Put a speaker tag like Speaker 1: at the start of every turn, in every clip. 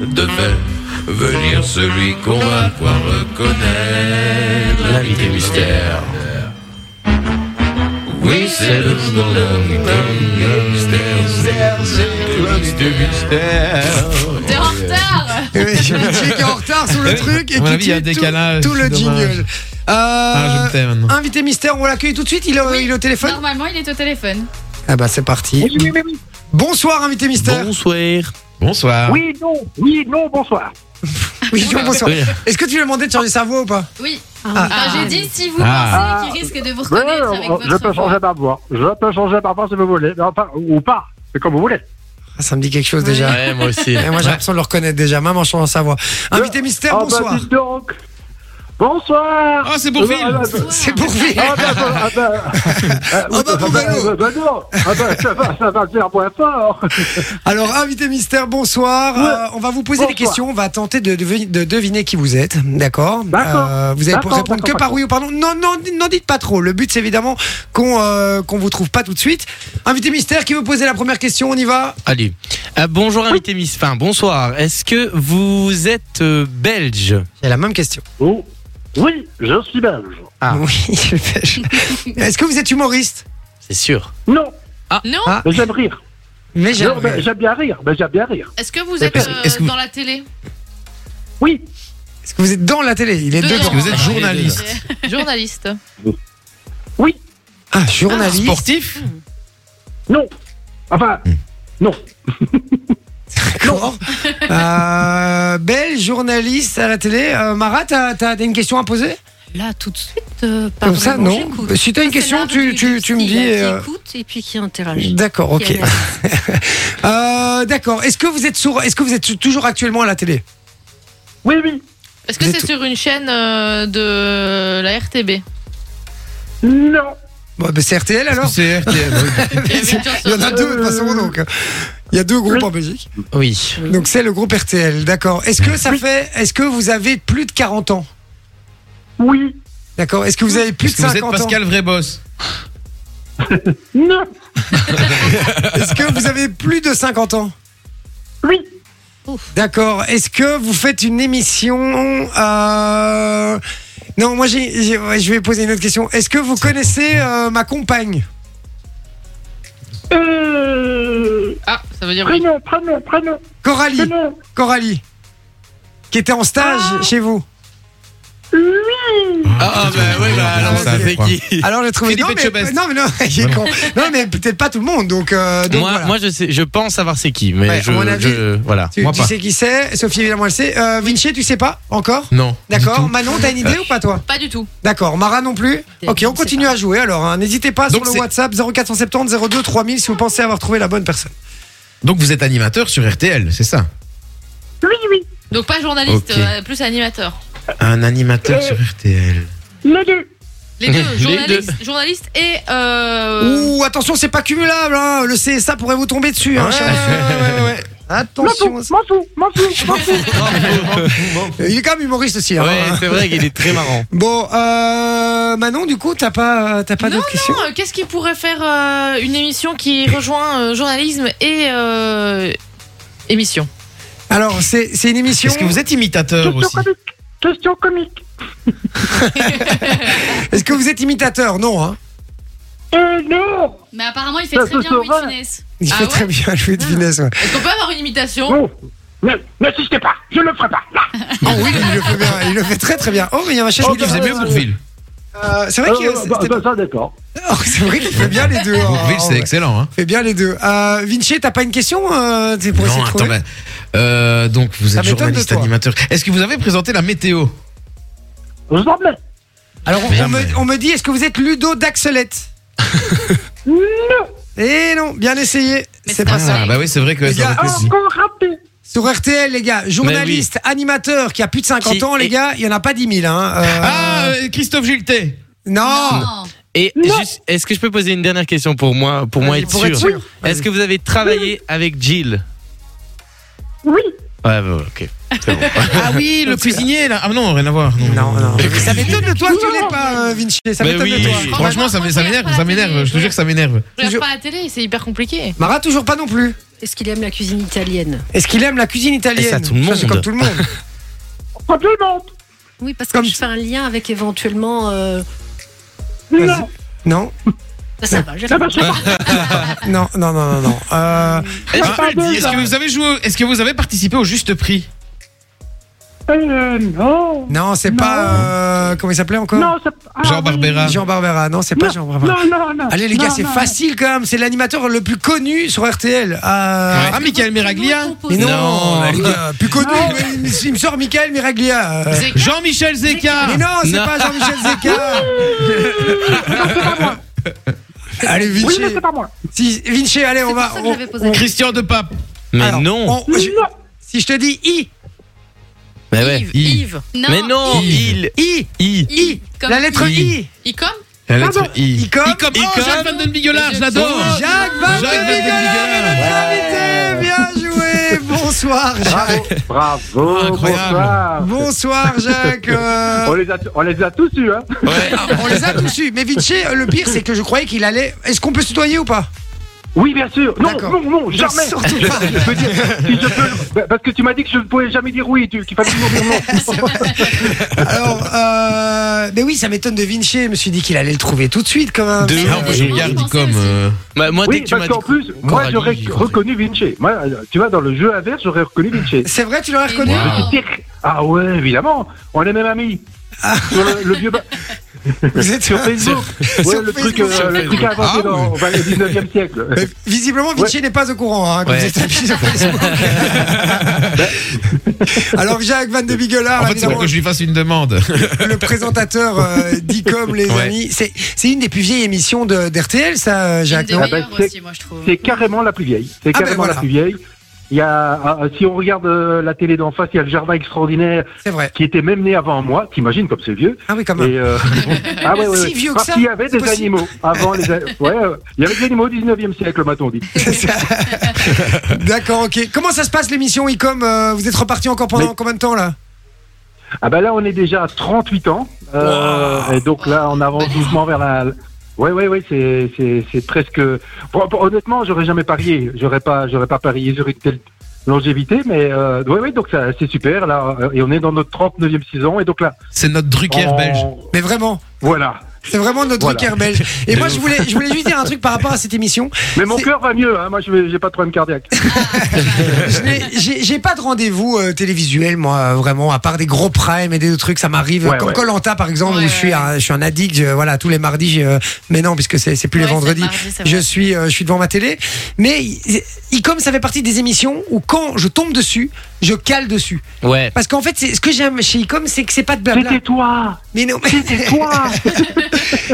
Speaker 1: de faire venir celui qu'on va pouvoir reconnaître. L'invité mystère. Oui, c'est le jour de l'invité mystère. C'est l'invité mystère.
Speaker 2: T'es
Speaker 3: euh,
Speaker 2: en retard
Speaker 4: Oui, je me dis qu'il est en retard sur le
Speaker 3: Oui.
Speaker 4: truc et
Speaker 3: À mon
Speaker 4: qui
Speaker 3: avis, il y a
Speaker 4: tue
Speaker 3: un
Speaker 4: tout-
Speaker 3: décalage,
Speaker 4: tout,
Speaker 3: c'est
Speaker 4: le
Speaker 3: dommage.
Speaker 4: jingle. Euh,
Speaker 3: Ah, je me tais maintenant.
Speaker 4: invité mystère, on l'accueille tout de suite. Il est,
Speaker 2: Oui.
Speaker 4: Euh, il est au téléphone
Speaker 2: Normalement, il est au téléphone.
Speaker 4: Ah bah c'est parti. Bonsoir invité mystère.
Speaker 5: Bonsoir.
Speaker 3: Bonsoir.
Speaker 6: Oui, non, oui, non, bonsoir.
Speaker 4: Oui, bonsoir.
Speaker 5: Oui.
Speaker 4: Est-ce que tu lui as demandé de changer sa voix ou pas
Speaker 2: Oui.
Speaker 4: Ah.
Speaker 2: Alors, j'ai dit si vous
Speaker 3: Ah.
Speaker 2: pensez qu'il risque de vous
Speaker 6: Ouais,
Speaker 2: reconnaître avec
Speaker 6: on-
Speaker 2: votre
Speaker 6: je peux
Speaker 2: voix.
Speaker 6: changer ma voix. Je peux changer ma voix si vous voulez. Mais enfin, ou pas. C'est comme vous voulez.
Speaker 4: Ah, Ça me dit quelque chose déjà.
Speaker 5: Ouais, moi aussi.
Speaker 4: Et moi j'ai l'impression de le reconnaître déjà, même en changeant sa voix. Invité mystère,
Speaker 6: Ah, bah,
Speaker 4: bonsoir.
Speaker 6: dites donc. Bonsoir.
Speaker 3: Ah, c'est Bourvil.
Speaker 6: Ah, bah,
Speaker 4: C'est pour lui.
Speaker 6: Ah, bah, bah, ah, bah, euh,
Speaker 4: Ah, bah,
Speaker 6: ah,
Speaker 4: bon,
Speaker 6: bah,
Speaker 4: bah, non.
Speaker 6: bah, bah, non. Ah, bah, ça va, ça va faire moins fort.
Speaker 4: Alors, invité mystère, bonsoir.
Speaker 6: Ouais.
Speaker 4: Euh, on va vous poser des
Speaker 6: Bonsoir.
Speaker 4: questions. On va tenter de, devi- de deviner qui vous êtes. D'accord Euh,
Speaker 6: D'accord.
Speaker 4: Vous allez pour
Speaker 6: D'accord,
Speaker 4: répondre que par
Speaker 6: d'accord, d'accord.
Speaker 4: oui ou par non. Non, non, n'en dites pas trop. Le but, c'est évidemment qu'on euh, qu'on vous trouve pas tout de suite. Invité mystère, qui veut poser la première question On y va
Speaker 5: Allez. Euh, bonjour, invité Miss. Enfin, bonsoir. Est-ce que vous êtes euh, belge
Speaker 4: C'est la même question.
Speaker 6: Oh. Oui, je suis belge.
Speaker 5: Ah.
Speaker 4: Oui, je pêche. Est-ce que vous êtes humoriste
Speaker 5: C'est sûr.
Speaker 6: Non,
Speaker 2: Non
Speaker 4: Ah.
Speaker 6: mais j'aime rire.
Speaker 4: Mais
Speaker 6: Non, mais J'aime bien rire, mais j'aime bien rire.
Speaker 2: Est-ce que vous êtes
Speaker 5: Est-ce-
Speaker 2: euh,
Speaker 3: est-ce que vous-
Speaker 2: dans la télé
Speaker 6: Oui,
Speaker 4: Est-ce que vous êtes dans la télé Il est
Speaker 2: Dedans.
Speaker 4: dedans.
Speaker 3: Parce que vous êtes journaliste.
Speaker 2: Journaliste.
Speaker 4: Ah, journaliste.
Speaker 3: Sportif
Speaker 6: non. Enfin,
Speaker 4: D'accord. Euh, belle journaliste à la télé. Euh, Mara, t'as t'as- t'as une question à poser
Speaker 7: Là, tout de suite, euh, pas
Speaker 4: Comme ça,
Speaker 7: vraiment,
Speaker 4: non.
Speaker 7: j'écoute.
Speaker 4: Bah, si t'as une
Speaker 7: Ça, c'est
Speaker 4: question,
Speaker 7: l'art
Speaker 4: tu-
Speaker 7: du-
Speaker 4: tu-
Speaker 7: du
Speaker 4: tu me
Speaker 7: style,
Speaker 4: dis,
Speaker 7: Qui
Speaker 4: euh,
Speaker 7: écoute et puis qui interagit.
Speaker 4: D'accord,
Speaker 7: Qui
Speaker 4: ok.
Speaker 7: analyse.
Speaker 4: Euh, D'accord. Est-ce que vous êtes sourd Est-ce que vous êtes toujours actuellement à la télé
Speaker 6: oui, oui.
Speaker 2: Est-ce que
Speaker 4: Vous
Speaker 2: c'est
Speaker 4: êtes-
Speaker 2: sur une chaîne euh, de la RTB
Speaker 6: Non.
Speaker 4: bon, bah, C'est RTL
Speaker 3: Est-ce que Euh,
Speaker 4: alors
Speaker 3: c'est RTL
Speaker 4: Il y en a deux de toute façon donc. hein. Il y a deux groupes
Speaker 6: Oui.
Speaker 4: en Belgique.
Speaker 5: Oui.
Speaker 4: Donc c'est le groupe RTL, d'accord. Est-ce que ça fait est-ce que vous avez plus de 40 ans
Speaker 6: Oui.
Speaker 4: D'accord. Est-ce que vous avez plus
Speaker 3: Est-ce que
Speaker 4: de
Speaker 3: vous êtes
Speaker 4: 50 ans
Speaker 3: Pascal Vréboss
Speaker 6: Non.
Speaker 4: Est-ce que vous avez plus de 50 ans
Speaker 6: Oui.
Speaker 4: D'accord. Est-ce que vous faites une émission euh, Non, moi j'ai, j'ai- ouais, je vais poser une autre question. Est-ce que vous connaissez euh, ma compagne
Speaker 6: Euh...
Speaker 2: Ah, ça veut dire oui.
Speaker 6: Prénom, prénom, prénom,
Speaker 4: Coralie
Speaker 6: prénom.
Speaker 4: Coralie, qui était en stage chez vous.
Speaker 5: Ah, bah, ouais, bah,
Speaker 3: alors,
Speaker 5: alors,
Speaker 3: ça, je
Speaker 5: c'est
Speaker 3: crois.
Speaker 5: qui
Speaker 4: Alors j'ai trouvé.
Speaker 3: Philippe
Speaker 4: Non mais,
Speaker 3: Etchebest.
Speaker 4: non mais non, il est con. Non, mais peut-être pas tout le monde. Donc, euh, donc
Speaker 5: moi,
Speaker 4: voilà.
Speaker 5: moi, je sais, je pense savoir c'est qui, mais
Speaker 4: Ouais, à
Speaker 5: je,
Speaker 4: mon avis-
Speaker 5: je- voilà.
Speaker 4: tu,
Speaker 3: moi
Speaker 4: tu
Speaker 3: pas.
Speaker 4: sais qui c'est Sophie évidemment elle sait. Euh, Vinci tu sais pas encore
Speaker 3: Non. du
Speaker 4: D'accord.
Speaker 3: tout. Euh.
Speaker 4: Manon t'as une idée ou pas toi
Speaker 2: Pas du tout.
Speaker 4: D'accord. Mara non plus. Ok
Speaker 7: je
Speaker 4: on
Speaker 7: sais
Speaker 4: continue
Speaker 7: pas.
Speaker 4: à jouer alors. hein. N'hésitez pas
Speaker 3: Donc,
Speaker 4: sur le
Speaker 3: c'est-
Speaker 4: WhatsApp 0470 02 3000 si vous pensez avoir trouvé la bonne personne.
Speaker 3: Donc vous êtes animateur sur RTL, c'est ça
Speaker 6: Oui, oui.
Speaker 2: Donc pas journaliste,
Speaker 5: Ok.
Speaker 2: euh, plus animateur.
Speaker 5: Un animateur
Speaker 6: Euh,
Speaker 5: sur RTL.
Speaker 6: Les deux.
Speaker 2: Les deux,
Speaker 5: Les
Speaker 2: journaliste, journaliste et... Euh...
Speaker 4: Ouh attention c'est pas cumulable. hein. Le CSA pourrait vous tomber dessus. hein,
Speaker 5: Ouais,
Speaker 4: chérie.
Speaker 6: M'en fous,
Speaker 4: Attention.
Speaker 6: m'en fous, m'en fous, m'en fous.
Speaker 4: Il est quand même humoriste aussi. hein.
Speaker 5: Ouais, c'est vrai qu'il est très marrant.
Speaker 4: Bon, euh, Manon, du coup, t'as pas, t'as pas
Speaker 2: Non,
Speaker 4: d'autres questions
Speaker 2: Euh, Qu'est-ce qui pourrait faire euh, une émission qui rejoint euh, journalisme et euh, émission
Speaker 4: Alors, c'est c'est une émission.
Speaker 3: Est-ce que vous êtes imitateur
Speaker 6: Question
Speaker 3: aussi
Speaker 6: comique. Question comique.
Speaker 4: Est-ce que vous êtes imitateur Non, hein.
Speaker 6: Euh, non.
Speaker 2: Mais apparemment, il fait
Speaker 6: Ça
Speaker 2: très
Speaker 6: se
Speaker 2: bien Louis de
Speaker 6: saurait.
Speaker 2: Funès.
Speaker 4: Il
Speaker 2: Ah
Speaker 4: fait
Speaker 2: ouais
Speaker 4: très bien Louis de Funès. ouais.
Speaker 2: Est-ce qu'on peut avoir une imitation
Speaker 6: Non. Oh. Ne- N'insistez pas, je le ferai pas. Là.
Speaker 3: Ah
Speaker 4: Oh oui, il le fait bien. Il le fait très très bien. Oh, mais il y a ma chaise.
Speaker 3: Je
Speaker 6: Oh,
Speaker 3: me dis, vous êtes mieux Bourvil.
Speaker 4: c'est
Speaker 3: Ah,
Speaker 4: vrai qu'il
Speaker 6: Euh, bah,
Speaker 4: c'était-
Speaker 6: bah, ça, d'accord.
Speaker 4: oh, c'est vrai qu'il fait bien les deux. hein.
Speaker 3: Bourvil,
Speaker 4: Oh,
Speaker 3: c'est
Speaker 4: ouais.
Speaker 3: excellent. Hein.
Speaker 4: Il fait bien les deux. Euh, Vinci, t'as pas une question euh, t'es pour essayer
Speaker 3: Non,
Speaker 4: de
Speaker 3: attends,
Speaker 4: trouver
Speaker 3: mais, euh, donc vous
Speaker 4: Ça
Speaker 3: êtes
Speaker 4: m'étonne de
Speaker 3: journaliste,
Speaker 4: toi.
Speaker 3: animateur. Est-ce que vous avez présenté la météo
Speaker 6: Je vous emmène.
Speaker 4: Alors, on, on
Speaker 3: bah, Jamais.
Speaker 4: me, on me dit, est-ce que vous êtes Ludo d'Axelette Non. Eh non, bien essayé.
Speaker 2: Mais
Speaker 4: C'est
Speaker 2: c'est
Speaker 4: pas
Speaker 2: un
Speaker 4: ça.
Speaker 3: Ah, bah oui, c'est vrai que
Speaker 4: Les
Speaker 3: ça
Speaker 4: gars,
Speaker 3: aurait pu être dit.
Speaker 6: Encore raté.
Speaker 4: Sur RTL, les gars, journaliste, animateur qui a plus de 50
Speaker 5: Qui
Speaker 4: ans, les
Speaker 5: est-
Speaker 4: gars, il n'y en a pas 10 000. Hein. Euh,
Speaker 3: Ah, euh, Christophe Giltet
Speaker 2: Oh,
Speaker 4: non,
Speaker 5: Et
Speaker 6: Non.
Speaker 5: juste, est-ce que je peux poser une dernière question pour moi, pour moi
Speaker 4: Vas-y,
Speaker 5: être
Speaker 4: pour
Speaker 5: sûr,
Speaker 4: être sûr.
Speaker 5: Est-ce que vous avez travaillé avec Jill
Speaker 6: Oui.
Speaker 5: Ouais, bah, ok.
Speaker 3: Ah oui, le cuisinier là. Ah non, rien à voir. Non,
Speaker 4: Non, non. Ça m'étonne de toi que tu l'aies pas, euh, Vinci. Ça
Speaker 5: Mais
Speaker 4: m'étonne
Speaker 5: oui,
Speaker 4: de toi.
Speaker 5: oui.
Speaker 3: Franchement, ça m'énerve, ça m'énerve. Je te jure que ça m'énerve.
Speaker 2: Je regarde pas la télé, c'est hyper compliqué.
Speaker 4: Mara, toujours pas non plus.
Speaker 7: Est-ce qu'il aime la cuisine italienne
Speaker 4: Est-ce qu'il aime la cuisine italienne
Speaker 5: Et ça, tout le
Speaker 4: Ça, c'est
Speaker 5: monde.
Speaker 4: comme tout le monde.
Speaker 6: Pas tout le monde
Speaker 7: Oui, parce que
Speaker 4: Comme
Speaker 7: je fais un lien avec éventuellement. euh,
Speaker 6: Non
Speaker 4: Non,
Speaker 7: Ça, ça va, j'ai
Speaker 6: Ça marche pas
Speaker 4: non, non, non, non. non. Euh,
Speaker 3: Est-ce
Speaker 6: Ah, pardon,
Speaker 3: est-ce
Speaker 6: là.
Speaker 3: que vous avez joué au- Est-ce que vous avez participé au juste prix
Speaker 6: Euh, Non
Speaker 4: non, c'est
Speaker 6: Non.
Speaker 4: pas. euh, comment il s'appelait encore
Speaker 6: Non, c'est pas. ah,
Speaker 3: Jean
Speaker 6: oui.
Speaker 3: Barbera.
Speaker 4: Jean Barbera. Non, c'est pas Jean Barbera.
Speaker 6: Non, non, non
Speaker 4: Allez les gars,
Speaker 6: Non,
Speaker 4: c'est
Speaker 6: non,
Speaker 4: facile quand même. C'est l'animateur le plus connu sur RTL. Euh,
Speaker 3: Ah, Michael Meraglia
Speaker 4: Mais non, Ah,
Speaker 5: Non.
Speaker 4: les gars, plus connu.
Speaker 6: Non.
Speaker 4: mais il me- il me sort Michael Miraglia. euh.
Speaker 2: Zeka.
Speaker 3: Jean-Michel Zeka
Speaker 4: Mais non, c'est
Speaker 5: Non.
Speaker 4: pas Jean-Michel Zeka. allez,
Speaker 6: non. Oui,
Speaker 4: Vinci.
Speaker 6: mais c'est pas moi
Speaker 4: Si, Vinci, allez, on
Speaker 7: C'est
Speaker 4: va.
Speaker 7: pour ça que
Speaker 4: on-
Speaker 7: j'avais posé la
Speaker 3: Christian de Pape
Speaker 5: Mais
Speaker 4: alors,
Speaker 5: non.
Speaker 4: on- je-
Speaker 6: Non.
Speaker 4: si je te dis I,
Speaker 5: Mais ouais.
Speaker 2: Yves, Yves.
Speaker 5: Mais non, il.
Speaker 4: I,
Speaker 5: I.
Speaker 2: I. Comme
Speaker 4: la lettre
Speaker 5: I.
Speaker 4: I.
Speaker 2: I comme
Speaker 5: La lettre
Speaker 6: Pardon.
Speaker 5: I.
Speaker 4: I comme.
Speaker 3: I comme, oh,
Speaker 5: Icom.
Speaker 3: Jacques Van Den Bigelaar, je l'adore
Speaker 4: Oh, Jacques Van
Speaker 3: Jacques Van Den
Speaker 4: Bigelaar, notre invité. Bien joué. Bonsoir, Jacques.
Speaker 6: Bravo
Speaker 3: Incroyable.
Speaker 6: bonsoir.
Speaker 4: Bonsoir, Jacques. euh,
Speaker 6: On les, a, on les a tous eus, hein
Speaker 5: Ouais.
Speaker 4: On les a tous eus. Mais Vinci, euh, le pire, c'est que je croyais qu'il allait. Est-ce qu'on peut se tutoyer ou pas
Speaker 6: Oui, bien sûr Non,
Speaker 4: D'accord.
Speaker 6: non, non,
Speaker 4: Non,
Speaker 6: jamais
Speaker 4: surtout
Speaker 6: Je-
Speaker 4: pas.
Speaker 6: je peux dire, si je peux- bah, Parce que tu m'as dit que je ne pouvais jamais dire oui, tu- qu'il fallait toujours dire non
Speaker 4: Alors, euh, mais oui, ça m'étonne de Vinci. Je me suis dit qu'il allait le trouver tout de suite, quand même.
Speaker 5: De
Speaker 4: Mais,
Speaker 5: ouf.
Speaker 3: Ah, moi, je
Speaker 2: Oui,
Speaker 3: regarde
Speaker 2: je pensais
Speaker 3: Icom.
Speaker 2: aussi.
Speaker 3: euh,
Speaker 5: Bah, moi, dès
Speaker 6: Oui,
Speaker 5: que tu m'as
Speaker 6: parce
Speaker 5: dit.
Speaker 6: qu'en plus, moi
Speaker 5: Coralie,
Speaker 6: j'aurais
Speaker 5: j'ai compris.
Speaker 6: reconnu Vinci Moi, euh, tu vois, dans le jeu inverse, j'aurais reconnu Vinci
Speaker 4: C'est vrai, tu l'aurais
Speaker 2: Et
Speaker 4: reconnu
Speaker 2: non.
Speaker 6: Tic. Ah ouais, évidemment On est même amis
Speaker 4: Ah.
Speaker 6: Sur le, le vieux... ba-
Speaker 4: Vous êtes
Speaker 6: Sur Facebook Ouais,
Speaker 4: sur
Speaker 6: le
Speaker 4: Facebook.
Speaker 6: truc, euh,
Speaker 4: Sur
Speaker 6: le truc inventé
Speaker 3: Ah,
Speaker 6: dans enfin, le 19e siècle.
Speaker 4: Euh, Visiblement, Vinci n'est pas au courant. Hein, que
Speaker 5: Ouais.
Speaker 4: vous êtes amis sur Facebook. Alors, Jacques Van de Bigelaar,
Speaker 3: En fait, c'est pour
Speaker 4: évidemment,
Speaker 3: que je lui fasse une demande.
Speaker 4: le présentateur euh, d'ICOM, les
Speaker 3: Ouais.
Speaker 4: amis, c'est c'est une des plus vieilles émissions d'RTL, ça, euh,
Speaker 2: Une
Speaker 4: Jacques,
Speaker 2: des
Speaker 4: non
Speaker 6: Ah bah,
Speaker 2: meilleures
Speaker 6: c'est-
Speaker 2: aussi, moi, je trouve.
Speaker 6: C'est carrément la plus vieille. C'est
Speaker 4: Ah, ben
Speaker 6: carrément
Speaker 4: voilà.
Speaker 6: la plus vieille. Il y a, ah, si on regarde euh, la télé d'en face, il y a le jardin extraordinaire
Speaker 4: C'est vrai.
Speaker 6: qui était même né avant moi. T'imagines comme c'est vieux.
Speaker 4: Ah oui, quand même.
Speaker 6: Et euh, ah ouais, ouais,
Speaker 4: Si
Speaker 6: ouais.
Speaker 4: vieux que
Speaker 6: Parce
Speaker 4: ça,
Speaker 6: qu'il y avait
Speaker 4: c'est
Speaker 6: des
Speaker 4: possible.
Speaker 6: animaux avant. Les, a- ouais, euh, il y avait des animaux au 19e siècle, m'a-t-on dit.
Speaker 4: D'accord, ok. Comment ça se passe l'émission ICOM euh, Vous êtes reparti encore pendant
Speaker 6: Mais-
Speaker 4: combien de temps là
Speaker 6: Ah bah là, on est déjà à 38 ans. Euh, Et donc là, on avance doucement vers la. Ouais, ouais, ouais, c'est, c'est, c'est presque. Bon, bon, honnêtement, j'aurais jamais parié. J'aurais pas, j'aurais pas parié sur une telle longévité, mais euh, ouais, ouais, donc ça, c'est super là. euh, Et on est dans notre 39e saison, et donc là.
Speaker 3: C'est notre Drucker
Speaker 6: on-
Speaker 3: belge.
Speaker 4: Mais vraiment
Speaker 6: Voilà.
Speaker 4: c'est vraiment notre
Speaker 6: Voilà.
Speaker 4: Drucker belge. Et moi, je voulais, je voulais juste dire un truc par rapport à cette émission.
Speaker 6: Mais mon
Speaker 4: C'est-
Speaker 6: cœur va mieux. Hein. Moi, je vais, j'ai pas de problème cardiaque.
Speaker 4: Je n'ai- J'ai j'ai pas de rendez-vous euh, télévisuel, moi, euh, vraiment, à part des gros primes et des trucs, ça m'arrive.
Speaker 6: Ouais,
Speaker 4: comme
Speaker 6: ouais.
Speaker 4: Colanta, par exemple,
Speaker 2: Ouais,
Speaker 4: où je suis,
Speaker 2: ouais.
Speaker 4: un, je suis un addict, je- voilà, tous les mardis, je- mais non, puisque c'est c'est plus les
Speaker 2: Ouais,
Speaker 4: vendredis.
Speaker 2: c'est le mardi, c'est vrai.
Speaker 4: Je suis, euh, je suis devant ma télé, mais Icom, ça fait partie des émissions où quand je tombe dessus, je cale dessus.
Speaker 5: Ouais.
Speaker 4: Parce qu'en fait, c'est- ce que j'aime chez Icom, c'est que c'est pas de blabla.
Speaker 6: C'était toi.
Speaker 4: Mais non, mais,
Speaker 6: C'était toi.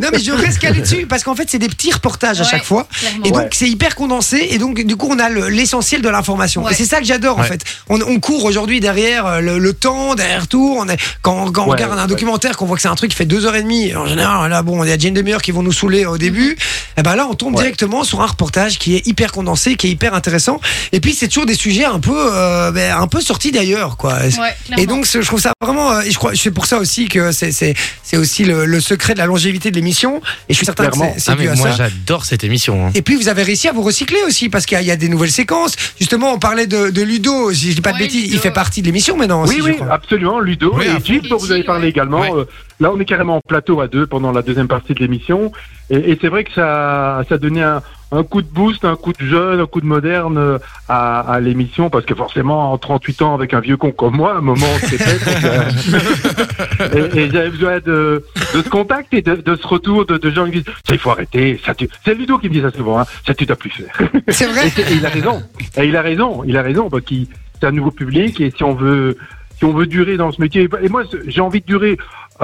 Speaker 4: non, mais je reste calé dessus parce qu'en fait, c'est des petits reportages à
Speaker 2: Ouais.
Speaker 4: chaque fois.
Speaker 2: Clairement.
Speaker 4: Et
Speaker 6: Ouais.
Speaker 4: donc c'est hyper condensé et donc du coup on a le- l'essentiel de l'information
Speaker 2: Ouais.
Speaker 4: et c'est ça que j'adore en
Speaker 3: Ouais.
Speaker 4: fait. On, on court aujourd'hui derrière euh, le, le temps, derrière tout. On est, quand, quand on
Speaker 6: Ouais,
Speaker 4: regarde un
Speaker 6: ouais.
Speaker 4: documentaire, qu'on voit que c'est un truc qui fait deux heures et demie. En général là bon, il y a déjà une demi-heure qui vont nous saouler au début.
Speaker 2: Mm-hmm.
Speaker 4: Et ben là on tombe
Speaker 6: Ouais.
Speaker 4: directement sur un reportage qui est hyper condensé, qui est hyper intéressant. Et puis c'est toujours des sujets un peu euh, ben, un peu sortis d'ailleurs quoi.
Speaker 2: Ouais,
Speaker 4: Et
Speaker 2: clairement.
Speaker 4: donc, ce- je trouve ça vraiment. euh, et je crois, c'est pour ça aussi que c'est c'est c'est aussi le, le secret de la longévité de l'émission. Et je suis certain
Speaker 6: Clairement.
Speaker 4: que c'est- c'est
Speaker 5: Ah,
Speaker 4: dû
Speaker 5: mais
Speaker 4: à
Speaker 5: moi,
Speaker 4: ça.
Speaker 5: j'adore cette émission. hein.
Speaker 4: Et puis vous avez réussi à vous recycler aussi parce qu'il y a- il y, a des nouvelles séquences. Justement, on parlait de, de Ludo, si je dis pas de
Speaker 2: Ouais,
Speaker 4: bêtises, il
Speaker 2: Ludo.
Speaker 4: fait partie de l'émission maintenant. aussi,
Speaker 6: Oui,
Speaker 4: je
Speaker 6: oui,
Speaker 4: crois.
Speaker 6: absolument. Ludo
Speaker 3: Oui,
Speaker 6: et
Speaker 3: absolument.
Speaker 6: Gilles, dont vous avez parlé
Speaker 2: Ouais.
Speaker 6: également.
Speaker 3: Ouais.
Speaker 6: Euh, Là, on est carrément en plateau à deux pendant la deuxième partie de l'émission. Et, et c'est vrai que ça, ça donnait un, un coup de boost, un coup de jeune, un coup de moderne euh, à, à l'émission. Parce que forcément, en 38 ans, avec un vieux con comme moi, à un moment, on s'est fait, donc, euh, et, et j'avais besoin de, de ce contact et de, de ce retour de, de gens qui me disent il faut arrêter. Ça, tu... C'est Ludo qui me dit ça souvent. Hein, ça, tu dois plus faire.
Speaker 4: C'est
Speaker 6: Et,
Speaker 4: vrai.
Speaker 6: c'est- et il a raison. Et il a raison. Il a raison. Bah, qui, c'est un nouveau public et si on veut, si on veut durer dans ce métier. Et moi, c'est- j'ai envie de durer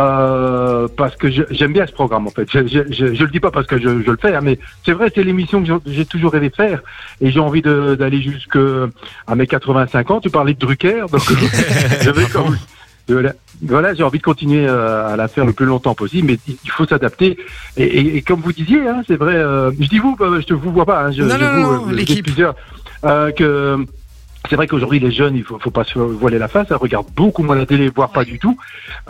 Speaker 6: euh, parce que je- j'aime bien ce programme en fait. Je, je, je, je le dis pas parce que je, je le fais, hein, mais c'est vrai, c'est l'émission que j'ai- j'ai toujours rêvé de faire et j'ai envie de- d'aller jusque à mes 85 ans. Tu parlais de Drucker, donc euh, je
Speaker 4: Ah
Speaker 6: vais comme- Voilà, Voilà, j'ai envie de continuer euh, à la faire le plus longtemps possible, mais il il faut s'adapter. Et, et- et comme vous disiez, hein, c'est vrai. euh, je dis euh, vous, bah, je te vous vois pas. hein, je,
Speaker 4: Non,
Speaker 6: je
Speaker 4: non,
Speaker 6: vous,
Speaker 4: non,
Speaker 6: euh, vous êtes
Speaker 4: l'équipe.
Speaker 6: plusieurs, euh, que C'est vrai qu'aujourd'hui, les jeunes, il faut, faut pas se voiler la face, hein, regardent beaucoup moins la télé, voire pas du tout.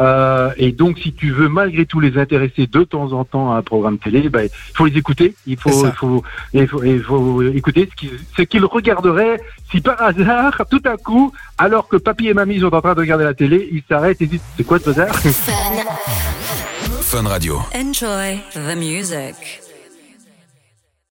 Speaker 6: Euh, et donc, si tu veux malgré tout les intéresser de temps en temps à un programme télé, ben, il faut les écouter. Il faut,
Speaker 4: C'est ça.
Speaker 6: il faut, il faut, il faut écouter ce qu'ils, ce qu'ils regarderaient si par hasard, tout à coup, alors que papy et mamie sont en train de regarder la télé, ils s'arrêtent et disent C'est quoi ce bazar
Speaker 8: Fun.
Speaker 1: Fun Radio.
Speaker 8: Enjoy the music.